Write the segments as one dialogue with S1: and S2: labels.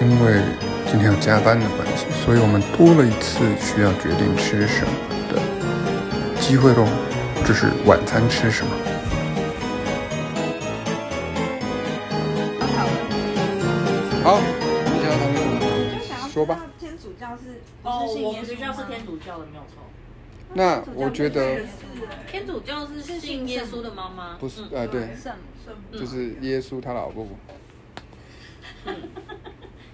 S1: 因为今天有加班的关系，所以我们多了一次需要决定吃什么的机会喽，就是晚餐吃什么。好，你想要讨论什么？说吧。
S2: 天主教是
S3: 哦，
S2: 不是信
S3: 我
S2: 耶
S3: 们学
S2: 稣
S3: 校是
S2: 吗
S3: 天主教的，没有错。
S1: 那我觉得
S3: 天主教是信耶稣的妈妈，
S1: 不是
S3: 嗯，
S1: 呃，对，
S2: 圣母
S1: 就是耶稣他老婆，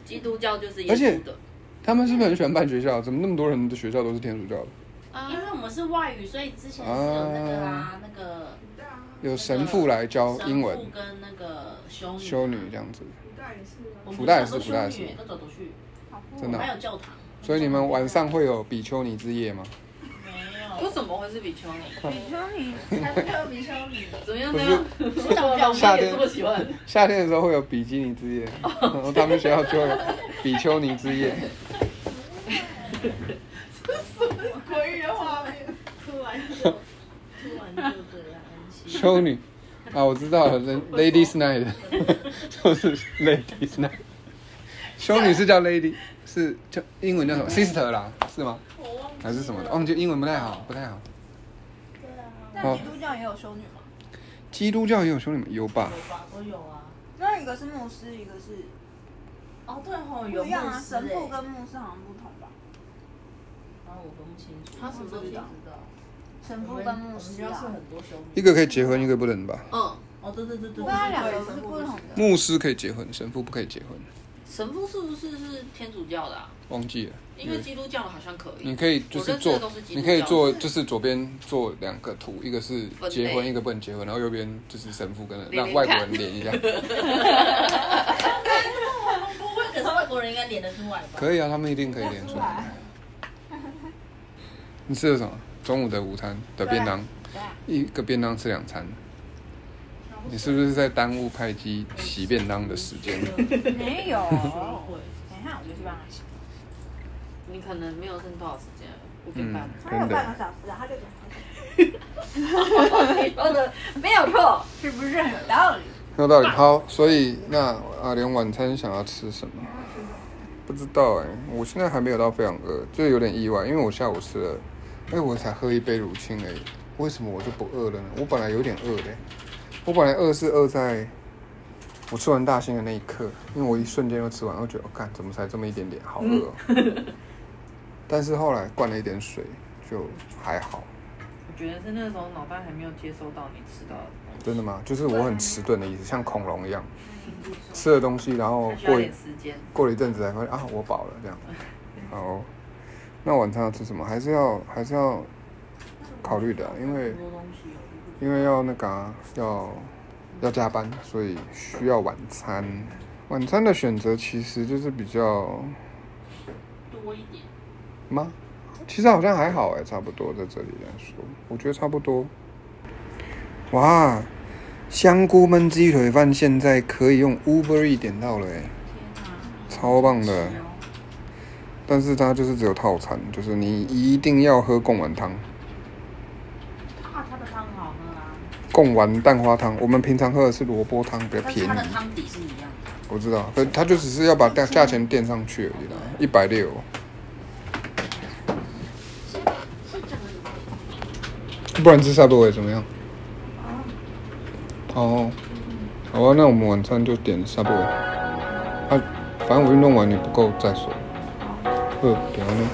S3: 基督教就是耶
S1: 而且
S3: 稣的。
S1: 他们是不是很喜欢办学校？怎么那么多人的学校都是天主教的？
S3: 因为我们是外语，所以之前是有那个啊，那个
S1: 有神父来教英文
S3: 神父跟那个修女，啊
S1: 修女这样子，
S3: 我们
S1: 福大也
S3: 小时候
S1: 是福大也
S3: 修女
S1: 是
S3: 都走读去，
S1: 真的啊、
S3: 还有教堂，
S1: 所以你们晚上会有比丘尼之夜吗？
S3: 没
S4: 为
S3: 有，
S4: 什么会是比丘 尼？
S1: 嗯
S2: 比丘尼，
S4: 怎么样
S1: 不
S4: 呢？
S1: 是
S3: 我想表
S1: 夏
S3: 妹也
S1: 天
S3: 这么喜欢，
S1: 夏天的时候会有比基尼之夜，然
S3: 哦
S1: 后他们学校就有比丘尼之夜。
S3: 突然就突然就这样安息。
S1: 修女啊，我知道了人，Ladies Night，就是 Ladies Night。修女是叫 Lady，是叫英文叫什么 Sister 啦，是吗？还是什么的？忘记英文不太好，不太好。
S2: 但基督教也有修女嘛？
S1: 基督教也有修女吗？有吧？
S3: 我有啊，
S2: 那一个是牧师，一个是
S3: 哦对吼，
S2: 不
S3: 有
S2: 一样啊。
S3: 牧师欸
S2: 神父跟牧师好像不同吧？
S3: 然后我分不清楚，
S4: 他什么都不知道
S2: 神父跟牧师啊，
S3: 多修女
S1: 一个可以结婚，一个不能吧？
S4: 嗯，
S3: 哦，对对对对，
S2: 那两个是不同的。
S1: 牧师可以结婚，神父不可以结婚，
S4: 神父是不是是天主教的、啊？
S1: 忘记了。
S4: 因为基督教的好像可以。
S1: 你可以就是
S4: 我
S1: 做
S4: 认识的都是，基督教
S1: 你可以做就是左边做两个图，一个是
S4: 分类
S1: 结婚，一个不能结婚，然后右边就是神父跟人
S4: 连
S1: 让
S4: 连
S1: 外国
S4: 看
S1: 人连一下，
S3: 可是外国人应该连得出来吧？
S1: 可以啊，他们一定可以连出来。你吃了什么？中午的午餐的便当，
S4: 啊
S1: 一个便当吃两餐，你是不是在耽误派机洗便当的时间？
S2: 没有，
S3: 会
S2: 等一下我就去帮他洗。
S4: 你可能没有剩多少时间了，五点
S1: 嗯
S4: 半。，
S2: 还有
S1: 真
S2: 半
S1: 的
S2: 个。小时啊， 他六点才走，
S4: 你说的没有错。
S2: 是不是很有道理？
S1: 有道理。好，所以那阿莲晚餐想要吃什么？不知道哎、我现在还没有到非常饿，就有点意外，因为我下午吃了，哎，我才喝一杯乳清而已，为什么我就不饿了呢？我本来有点饿的、我本来饿是饿在我吃完大兴的那一刻，因为我一瞬间就吃完，我觉得，我、看怎么才这么一点点，好饿、哦。
S4: 嗯
S1: 但是后来灌了一点水，就还好。
S4: 我觉得是那时候脑袋还没有接收到你吃到的东西，
S1: 真的吗？就是我很迟钝的意思，像恐龙一样，吃了东西，然后
S4: 还需要
S1: 哦过
S4: 一
S1: 一
S4: 点时间。
S1: 过了一阵子才发现啊，我饱了这样。好，那晚餐要吃什么？还是要还是要考虑的啊、因为
S4: 很多东西哦
S1: 因为要那个、啊、要要加班，所以需要晚餐。晚餐的选择其实就是比较
S3: 多一点。
S1: 吗？其实好像还好哎、差不多在这里来说，我觉得差不多。哇，香菇焖鸡腿饭现在可以用 Uber E 点到了哎、超棒的。
S3: 哦
S1: 但是它就是只有套餐，就是你一定要喝贡丸汤、
S3: 啊，它的汤好喝啊，
S1: 贡丸蛋花汤。我们平常喝的是萝卜汤，比较
S3: 但
S1: 便
S3: 是它的
S1: 宜。
S3: 汤底是一样的。
S1: 我知道，可它就只是要把价价钱垫上去而已啦，一百六。不然吃沙多尾怎么样？哦，好啊，那我们晚餐就点沙多尾。啊，反正我运动完也不够再说。呃，等一下呢。